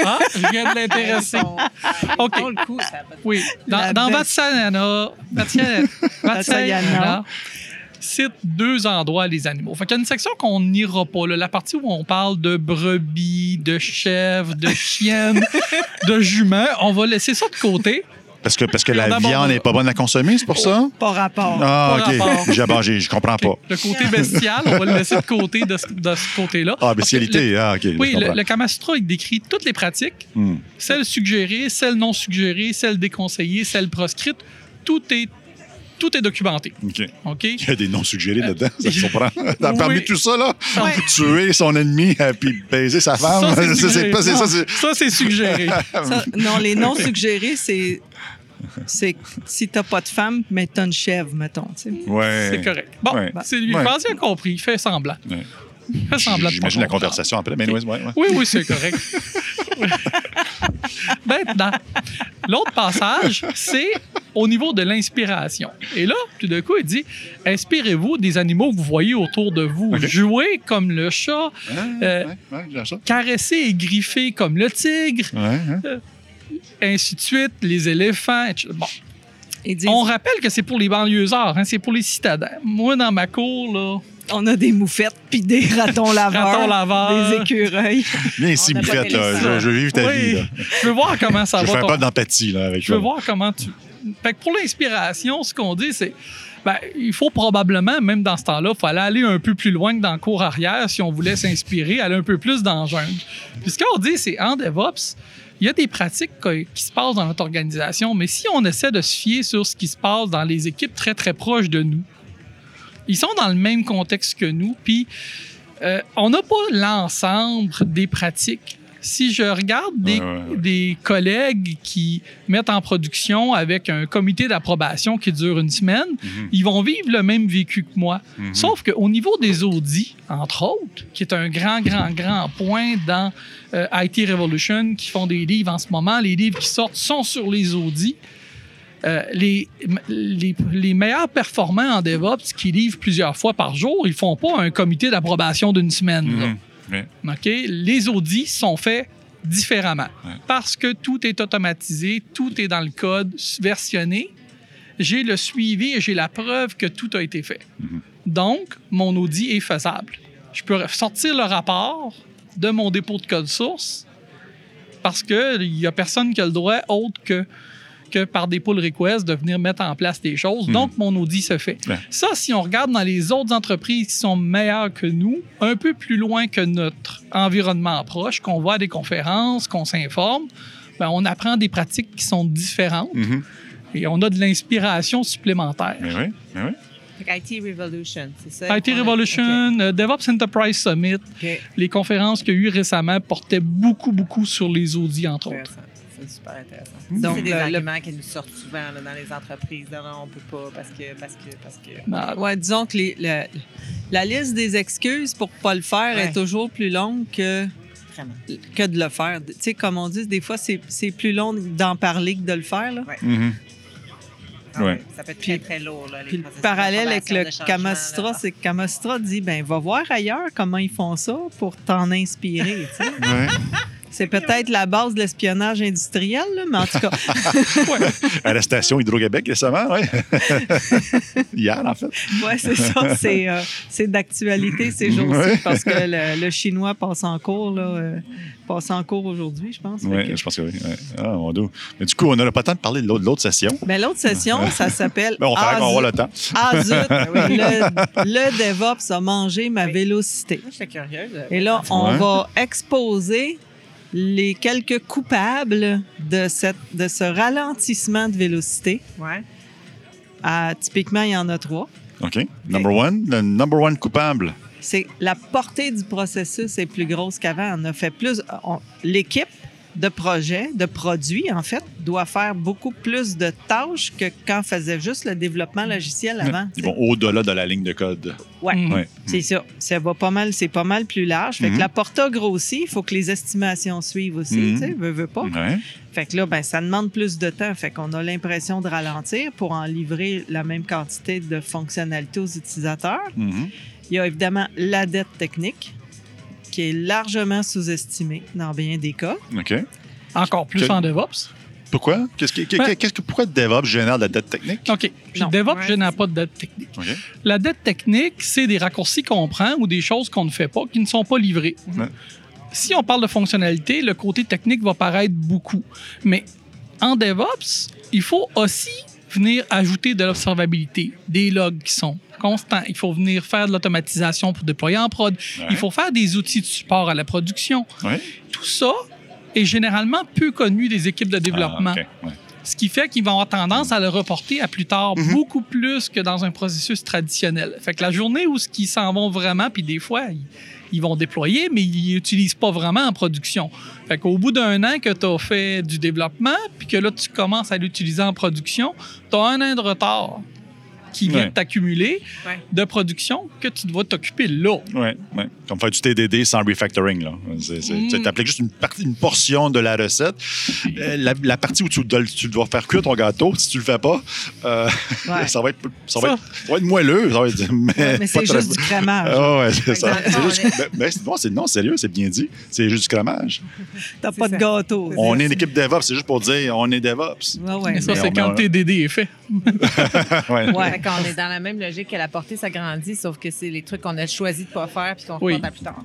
C: Ah, je viens de l'intéresser. OK.
E: Pour le coup, ça a pas de-
C: Oui. Dans,
D: La
C: dans
D: belle-
C: Vatsalana, Vatsia- Vatsalana,
D: Vatsalana.
C: cite deux endroits les animaux. Fait qu'il y a une section qu'on n'ira pas, là, la partie où on parle de brebis, de chèvres, de chiennes, de juments. On va laisser ça de côté.
B: Parce que, parce que la
C: D'abord,
B: viande
C: euh,
B: n'est pas bonne à consommer, c'est pour ça?
D: Pas rapport.
B: Ah,
C: Pas rapport.
B: OK. J'ai- bon, j'ai- Je comprends pas.
C: Le côté bestial, on va le laisser de côté de ce, de ce côté-là.
B: Ah,
C: Parce que le-
B: bestialité. Ah, OK.
C: oui,
B: je
C: le,
B: comprends.
C: le Kama Sutra, il décrit toutes les pratiques,
B: Hmm.
C: celles suggérées, celles non suggérées, celles déconseillées, celles proscrites. Tout est, tout est documenté.
B: OK.
C: OK?
B: Il y a des noms suggérés là-dedans, ça se comprend.
C: Euh, Oui.
B: Parmi tout ça, là,
C: Ouais.
B: tuer son ennemi euh, puis baiser sa femme,
C: Ça,
B: c'est- c'est
C: suggéré.
B: pas- c'est ça,
C: Non,
B: c'est-
C: ça, c'est suggéré.
D: Ça, non, les noms suggérés, c'est. C'est si t'as pas de femme, mais t'as une chèvre, mettons. tu sais.
B: Ouais.
C: C'est correct. Bon,
B: Ouais.
C: c'est lui.
B: Ouais.
C: Je pense qu'il a compris. Il fait semblant.
B: Ouais.
C: Il fait semblant de pas
B: J'imagine la
C: comprendre.
B: conversation après. Mais ouais, ouais, ouais.
C: Oui, oui, c'est correct. Maintenant, l'autre passage, c'est au niveau de l'inspiration. Et là, tout d'un coup, il dit inspirez-vous des animaux que vous voyez autour de vous.
B: Ok.
C: Jouez comme le chat,
B: Ah,
C: Euh,
B: ouais, ouais, j'ai ça.
C: caressez et griffez comme le tigre,
B: Ouais, hein.
C: ainsi de suite, les éléphants, etc. Bon,
D: Ils disent,
C: on
D: on...
C: rappelle que c'est pour les banlieusards, hein, c'est pour les citadins. Moi, dans ma cour, là,
D: a des moufettes, puis des ratons laveurs,
C: Ratons laveurs.
D: des écureuils.
B: Viens ici,
E: On a
B: Moufette,
E: pas
B: là.
E: télé-
B: Euh, Je, je vis ta
C: oui,
B: vie, là.
C: je veux voir comment ça
B: Je
C: va.
B: fais un
C: ton-
B: peu d'empathie, là, avec
C: Je veux
B: toi.
C: voir comment tu. Fait que pour l'inspiration, ce qu'on dit, c'est. Ben, il faut probablement, même dans ce temps-là, il fallait aller un peu plus loin que dans le cours arrière si on voulait s'inspirer, aller un peu plus dans la jungle. Puis ce qu'on dit, c'est en DevOps, il y a des pratiques que- qui se passent dans notre organisation, mais si on essaie de se fier sur ce qui se passe dans les équipes très, très proches de nous, ils sont dans le même contexte que nous, puis euh, on n'a pas l'ensemble des pratiques. Si je regarde
B: Ouais,
C: des,
B: ouais, ouais.
C: des collègues qui mettent en production avec un comité d'approbation qui dure une semaine,
B: Mhm.
C: ils vont vivre le même vécu que moi.
B: Mhm.
C: Sauf qu'au niveau des audits, entre autres, qui est un grand, grand, grand point dans euh, IT Revolution, qui font des livres en ce moment, les livres qui sortent sont sur les audits. Euh, les, les, les meilleurs performants en DevOps qui livrent plusieurs fois par jour, ils font pas un comité d'approbation d'une semaine. là.
B: Mhm. Ouais.
C: OK? Les audits sont faits différemment
B: Ouais.
C: parce que tout est automatisé, tout est dans le code versionné. J'ai le suivi et j'ai la preuve que tout a été fait.
B: Mhm.
C: Donc, mon audit est faisable. Je peux sortir le rapport de mon dépôt de code source parce qu'il n'y a personne qui a le droit autre que que par des pull requests de venir mettre en place des choses.
B: Mhm.
C: Donc, mon audit se fait.
B: Ouais.
C: Ça, si on regarde dans les autres entreprises qui sont meilleures que nous, un peu plus loin que notre environnement proche, qu'on voit à des conférences, qu'on s'informe, ben, on apprend des pratiques qui sont différentes
B: Mhm.
C: et on a de l'inspiration supplémentaire.
B: Mais oui, mais oui.
E: Fait que IT Revolution, c'est ça?
C: IT Revolution, euh, DevOps Enterprise Summit,
E: OK.
C: les conférences qu'il y a eu récemment portaient beaucoup, beaucoup sur les audits, entre
E: OK.
C: autres.
E: Intéressant. C'est super intéressant.
D: Donc,
E: c'est des
D: le- le-
E: arguments qui nous sortent souvent là, dans les entreprises. Non, non, on peut pas parce que, parce que, parce que.
C: Ah,
D: Ouais, disons que les- la- la liste des excuses pour pas le faire
E: Ouais.
D: est toujours plus longue que
E: Vraiment.
D: que de le faire. Tu sais, comme on dit, des fois, c'est c'est plus long d'en parler que de le faire. Là.
B: Mhm.
E: Ah
B: Ouais.
E: oui, Ça peut être
D: Puis-
E: très, très lourd. Là, les
D: Puis le
E: processus
D: parallèle avec
E: d'information,
D: le
E: de changement,
D: Kamastra,
E: là.
D: c'est que Kamastra dit, ben va voir ailleurs comment ils font ça pour t'en inspirer. tu sais.
B: Ouais.
D: c'est peut-être la base de l'espionnage industriel, là, mais en tout cas,
B: Arrestation Hydro-Québec récemment, oui. Hier, en fait.
D: ouais, c'est ça. C'est euh, c'est d'actualité ces
B: Ouais.
D: jours-ci parce que le, le chinois passe en cours, là, euh, passe en cours aujourd'hui, je pense. Fait que-
B: Oui, je pense que oui. ouais. Ah, mon Dieu. Mais du coup, on n'aura pas le temps de parler de l'autre, de l'autre session.
D: Ben, L'autre session, ça s'appelle
B: Mais Ben, on fera qu'on va avoir le temps. Ben
D: Ah zut, le, le DevOps a mangé ma
E: Oui.
D: vélocité.
E: Moi, j'étais curieuse.
D: Et là, on
B: Ouais.
D: va exposer les quelques coupables de, cette, de ce ralentissement de vélocité.
E: Ouais.
D: Ah, typiquement, il y en a trois.
B: OK. Number one, le number one coupable.
D: C'est la portée du processus est plus grosse qu'avant. On a fait plus. on- L'équipe de projet, de produit, en fait, doit faire beaucoup plus de tâches que quand faisait juste le développement logiciel avant.
B: Ils vont au-delà de la ligne de code.
D: Ouais.
C: Mhm.
B: Ouais.
D: C'est ça. Ça va pas mal, c'est pas mal plus large. Fait
B: Mhm.
D: que la porta grossit, il faut que les estimations suivent aussi,
B: Mhm.
D: tu sais, veux, veux pas.
B: Ouais.
D: Fait que là, ben, ça demande plus de temps. Fait qu'on a l'impression de ralentir pour en livrer la même quantité de fonctionnalités aux utilisateurs.
B: Mhm.
D: Il y a évidemment la dette technique, qui est largement sous-estimée dans bien des cas.
B: OK.
C: Encore plus
B: Que-
C: en DevOps.
B: Pourquoi? Qu'est-ce que,
C: Ben-
B: qu'est-ce que, pourquoi DevOps génère de la dette technique?
C: OK. Puis
D: Non.
C: DevOps,
E: Ouais,
C: je n'ai
E: c'est-
C: pas de dette technique.
B: OK.
C: La dette technique, c'est des raccourcis qu'on prend ou des choses qu'on ne fait pas, qui ne sont pas livrées.
B: Mhm.
C: Si on parle de fonctionnalité, le côté technique va paraître beaucoup. Mais en DevOps, il faut aussi venir ajouter de l'observabilité, des logs qui sont constants. Il faut venir faire de l'automatisation pour déployer en prod.
B: Ouais.
C: Il faut faire des outils de support à la production.
B: Ouais.
C: Tout ça est généralement peu connu des équipes de développement.
B: Ah, ok, ouais.
C: Ce qui fait qu'ils vont avoir tendance à le reporter à plus tard,
B: Mhm.
C: beaucoup plus que dans un processus traditionnel. Fait que la journée où ce qu'ils s'en vont vraiment, puis des fois, ils, ils vont déployer, mais ils n'utilisent pas vraiment en production. Fait qu'au bout d'un an que tu as fait du développement, puis que là, tu commences à l'utiliser en production, tu as un an de retard qui vient
B: Ouais.
C: de t'accumuler
A: Ouais.
C: de production que tu dois t'occuper là.
B: Oui, oui. Comme faire du TDD sans refactoring. là. C'est- c'est-
C: Mm.
B: Tu appliques juste une, partie, une portion de la recette. Euh, la, la partie où tu dois, tu dois faire cuire ton gâteau, si tu le fais pas, euh,
D: Ouais.
B: ça, va être, ça,
C: Ça.
B: va être, ça va être moelleux. Ça va être, mais
D: Mais
B: pas
D: c'est
B: très-
D: juste du cramage.
B: Ah ouais, c'est ça.
A: Fait que dans
B: C'est
A: le
B: juste-
A: fond,
B: ben- ben, c'est- non, c'est- non, sérieux, c'est bien dit. C'est juste du cramage.
D: T'as
A: C'est
D: pas de
A: ça.
D: gâteau.
B: On est une équipe DevOps, c'est juste pour dire on est DevOps.
D: Ouais, ouais.
C: Mais ça,
B: Mais
C: c'est
B: on
C: quand
B: a-
C: TDD est fait.
B: Ouais.
D: Ouais.
E: Fait qu'on est dans la même logique que la portée s'agrandit, sauf que c'est les trucs qu'on a choisi de pas faire puis qu'on
C: Oui.
E: reporte à plus tard.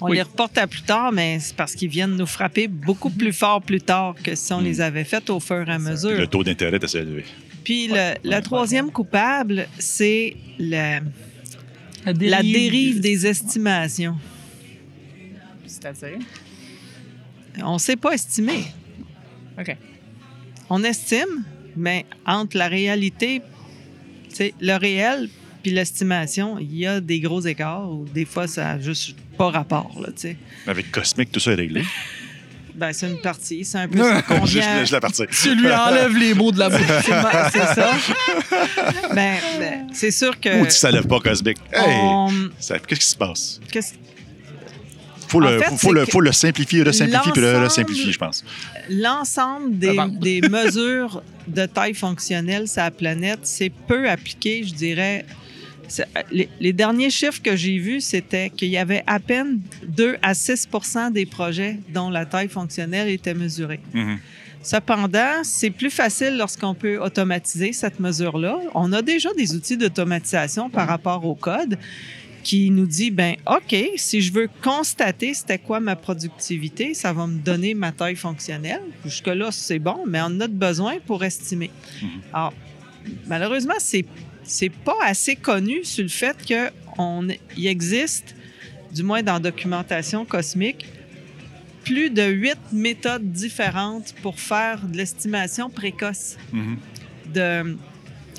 D: On
C: Oui.
D: les reporte à plus tard, mais c'est parce qu'ils viennent nous frapper beaucoup plus fort plus tard que si on
B: Mm.
D: les avait faites au fur et à mesure.
B: Le taux d'intérêt est assez élevé.
D: Puis le, le
B: ouais.
D: troisième coupable, c'est le- la dérive des estimations.
E: C'est-à-dire?
D: On ne sait pas estimer.
E: OK.
D: On estime, mais entre la réalité, tu sais, le réel puis l'estimation, il y a des gros écarts ou des fois, ça n'a juste pas rapport. Là, tu sais.
B: Avec Cosmic, tout ça est réglé.
D: ben, c'est une partie, c'est un peu ça qu'on
B: je,
D: vient-
B: je laisse la partie.
C: Tu lui enlèves les mots de la bouche.
D: C'est ma- c'est ça. Ben, ben, c'est sûr que.
B: Ou tu ne pas Cosmic. Hey,
D: on-
B: ça- qu'est-ce qui se passe?
D: qu'est-ce-
B: faut le,
D: En fait,
B: faut,
D: c'est
B: faut le,
D: que
B: faut le simplifier, le simplifier, puis le
D: l'ensemble-
B: resimplifier, je pense.
D: L'ensemble des,
C: Ah bon.
D: des mesures de taille fonctionnelle sur la planète, c'est peu appliqué, je dirais. C'est- euh, Les, les derniers chiffres que j'ai vus, c'était qu'il y avait à peine 2 à 6 des projets dont la taille fonctionnelle était mesurée.
B: Mm-hmm,
D: Cependant, c'est plus facile lorsqu'on peut automatiser cette mesure-là. On a déjà des outils d'automatisation par rapport au code qui nous dit, ben OK, si je veux constater c'était quoi ma productivité, ça va me donner ma taille fonctionnelle. Jusque-là, c'est bon, mais on en a de besoin pour estimer.
B: Mhm.
D: Alors, malheureusement, c'est c'est pas assez connu sur le fait que on il existe, du moins dans la documentation cosmique, plus de huit méthodes différentes pour faire de l'estimation précoce.
B: Mhm.
D: De,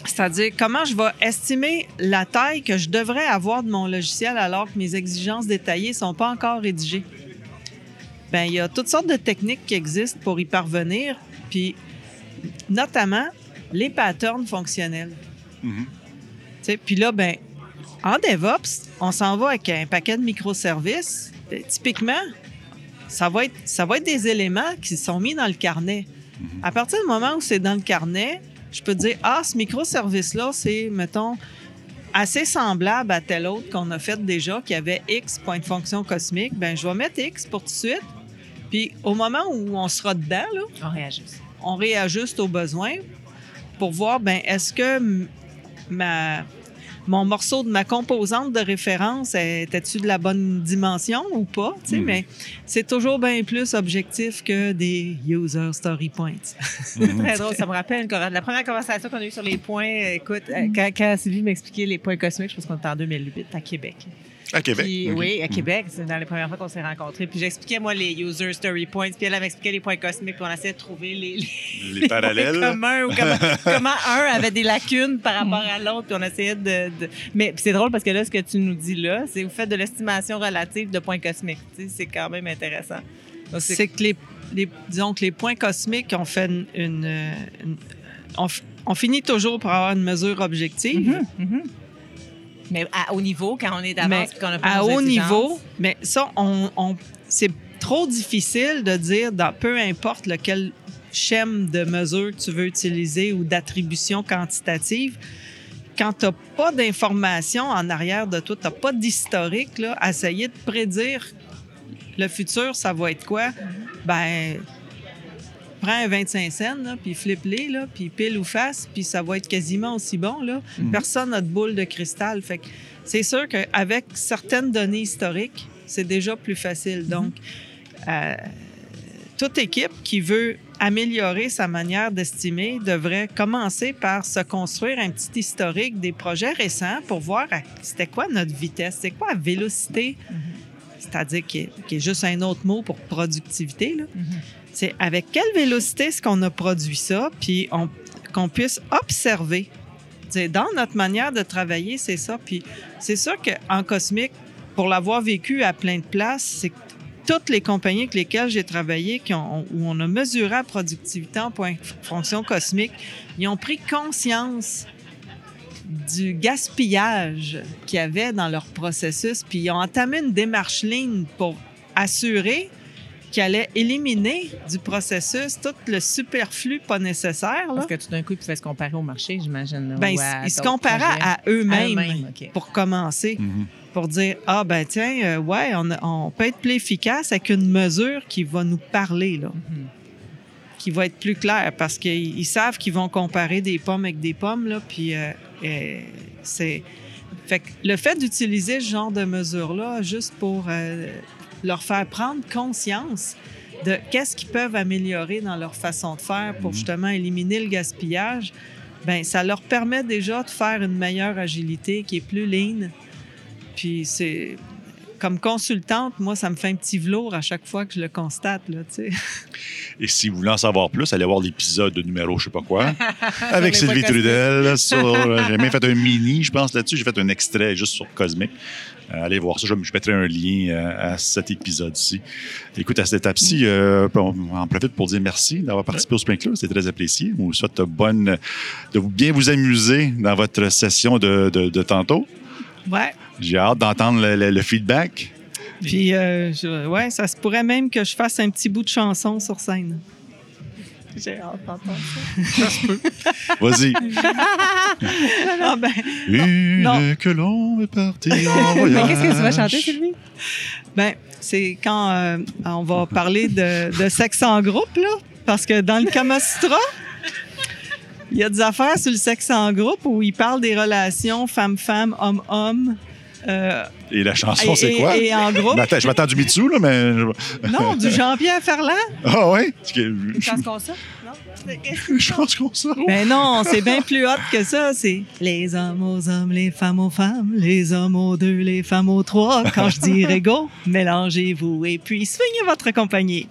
D: c'est-à-dire comment je vais estimer la taille que je devrais avoir de mon logiciel alors que mes exigences détaillées sont pas encore rédigées. Ben il y a toutes sortes de techniques qui existent pour y parvenir, puis notamment les patterns fonctionnels.
B: Mhm.
D: Tu sais, Puis là, ben, en DevOps, on s'en va avec un paquet de microservices. Ben, typiquement, ça va, être, ça va être des éléments qui sont mis dans le carnet.
B: Mhm.
D: À partir du moment où c'est dans le carnet, je peux dire Ah, ce microservice-là, c'est, mettons, assez semblable à tel autre qu'on a fait déjà, qui avait X point de fonction cosmique. Ben, je vais mettre X pour tout de suite. Puis au moment où on sera dedans, là,
E: On réajuste.
D: on réajuste aux besoins pour voir, ben, est-ce que m- ma, mon morceau de ma composante de référence était-tu de la bonne dimension ou pas? tu sais,
B: Mhm.
D: Mais c'est toujours bien plus objectif que des user story points.
B: Mhm.
E: Très drôle, ça me rappelle une conver- la première conversation qu'on a eue sur les points. euh, Écoute, euh, quand, quand Sylvie m'expliquait les points cosmiques, je pense qu'on était en 2008 à Québec.
B: À Québec. Mm-hmm.
E: Puis,
B: ok. Mhm.
E: Oui, à Québec, c'est dans les premières fois qu'on s'est rencontrés. Puis j'expliquais, moi, les user story points, puis elle, elle m'expliquait les points cosmiques, puis on essayait de trouver les, les-
B: Les
E: points
B: parallèles.
E: communs ou comment, comment un avait des lacunes par rapport à l'autre, puis on essayait de. de- Mais puis c'est drôle parce que là, ce que tu nous dis là, c'est vous faites de l'estimation relative de points cosmiques. Tu sais, c'est quand même intéressant. Donc, Ah, c'est-
D: C'est que les, les- disons que les points cosmiques ont fait une. une- une- on, f- on finit toujours par avoir une mesure objective.
E: Mhm, mhm. Mais à haut niveau, quand on
D: Mais
E: est d'avance, puis qu'on a plus
D: à
E: nos
D: haut
E: exigences,
D: niveau, mais ça, on, on- c'est trop difficile de dire, dans, peu importe lequel schème de mesure que tu veux utiliser ou d'attribution quantitative, quand tu n'as pas d'informations en arrière de toi, tu n'as pas d'historique, là, essayer de prédire le futur, ça va être quoi? Ben, prends un 25 cents, là, puis flippe-les, là, puis pile ou face, puis ça va être quasiment aussi bon. Là.
B: Mm.
D: Personne n'a de boule de cristal. Fait que c'est sûr qu'avec certaines données historiques, c'est déjà plus facile. Donc, euh, toute équipe qui veut améliorer sa manière d'estimer devrait commencer par se construire un petit historique des projets récents pour voir à- c'était quoi notre vitesse, c'est quoi la vélocité, c'est-à-dire qui est, qui est juste un autre mot pour productivité. là. C'est avec quelle vélocité est-ce qu'on a produit ça, puis on- qu'on puisse observer. C'est dans notre manière de travailler, c'est ça. Puis c'est sûr qu'en cosmique, pour l'avoir vécu à plein de places, c'est que toutes les compagnies avec lesquelles j'ai travaillé, qui ont- où on a mesuré la productivité en point, fonction cosmique, ils ont pris conscience du gaspillage qu'il y avait dans leur processus, puis ils ont entamé une démarche ligne pour assurer qu'ils allaient éliminer du processus tout le superflu pas nécessaire. Là.
A: Parce que tout d'un coup, ils pouvaient se comparer au marché, j'imagine. là,
D: Ben,
A: ou
D: ils,
A: à
D: ils se
A: d'autres
D: comparaient
A: projets.
D: à eux-mêmes
A: eux-mêmes, OK.
D: pour commencer
B: Mhm.
D: pour dire ah ben tiens euh, ouais on, a- on peut être plus efficace avec une mesure qui va nous parler là
A: Mhm.
D: qui va être plus claire parce qu'ils ils savent qu'ils vont comparer des pommes avec des pommes là puis euh, euh, c'est fait que le fait d'utiliser ce genre de mesure là juste pour euh, leur faire prendre conscience de qu'est-ce qu'ils peuvent améliorer dans leur façon de faire pour
B: Mhm.
D: justement éliminer le gaspillage ben ça leur permet déjà de faire une meilleure agilité qui est plus lean. Puis c'est comme consultante, moi, ça me fait un petit velours à chaque fois que je le constate. Là, tu sais.
B: Et si vous voulez en savoir plus, allez voir l'épisode numéro je sais pas quoi avec
A: Sur les podcasts.
B: Sylvie Trudel. sur- euh, J'ai même fait un mini, je pense, là-dessus. J'ai fait un extrait juste sur Cosmic. Euh, allez voir ça. Je, je mettrai un lien euh, à cet épisode-ci. Écoute, à cette étape-ci, euh, on en profite pour dire merci d'avoir participé au Spring Club. C'est très apprécié. On vous souhaite bonne, de vous- bien vous amuser dans votre session de, de- de tantôt.
D: Ouais.
B: J'ai hâte d'entendre le, le- le feedback.
D: Puis, euh, je- ouais, ça se pourrait même que je fasse un petit bout de chanson sur scène.
E: J'ai hâte d'entendre ça.
B: Vas-y.
D: Ah ben,
B: Une
D: Non.
B: que l'on veut partir en
A: Mais
B: voyage.
A: qu'est-ce que tu vas chanter, Sylvie?
D: ben, c'est quand euh, on va parler de, de sexe en groupe, là, parce que dans le Kama Sutra, il y a des affaires sur le sexe en groupe où il parle des relations femme-femme, homme-homme. euh,
B: Et la chanson,
D: et-
B: c'est quoi? Ben,
D: et- et en
B: Je
D: groupe.
B: m'attends- je m'attends du Mitsu, là, mais.
D: Non, du Jean-Pierre Ferland.
B: Ah ouais? Parce que-
E: Une chance qu'on ça? Non?
B: Je pense qu'on sort.
D: Mais Ben non, c'est bien plus hot que ça. C'est les hommes aux hommes, les femmes aux femmes, les hommes aux deux, les femmes aux trois. Quand je dirai go, mélangez-vous et puis soignez votre compagnie.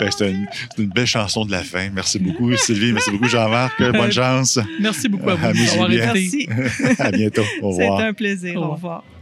B: Ben, c'est une, c'est une belle chanson de la fin. Merci beaucoup, Sylvie. Merci beaucoup, Jean-Marc. Bonne chance.
C: Merci beaucoup à vous
B: Amusez-vous
C: d'avoir
B: bien.
C: été.
D: Merci.
B: À bientôt. Au
D: C'est
B: revoir.
D: un plaisir.
C: Au
D: Au
C: revoir.
D: revoir.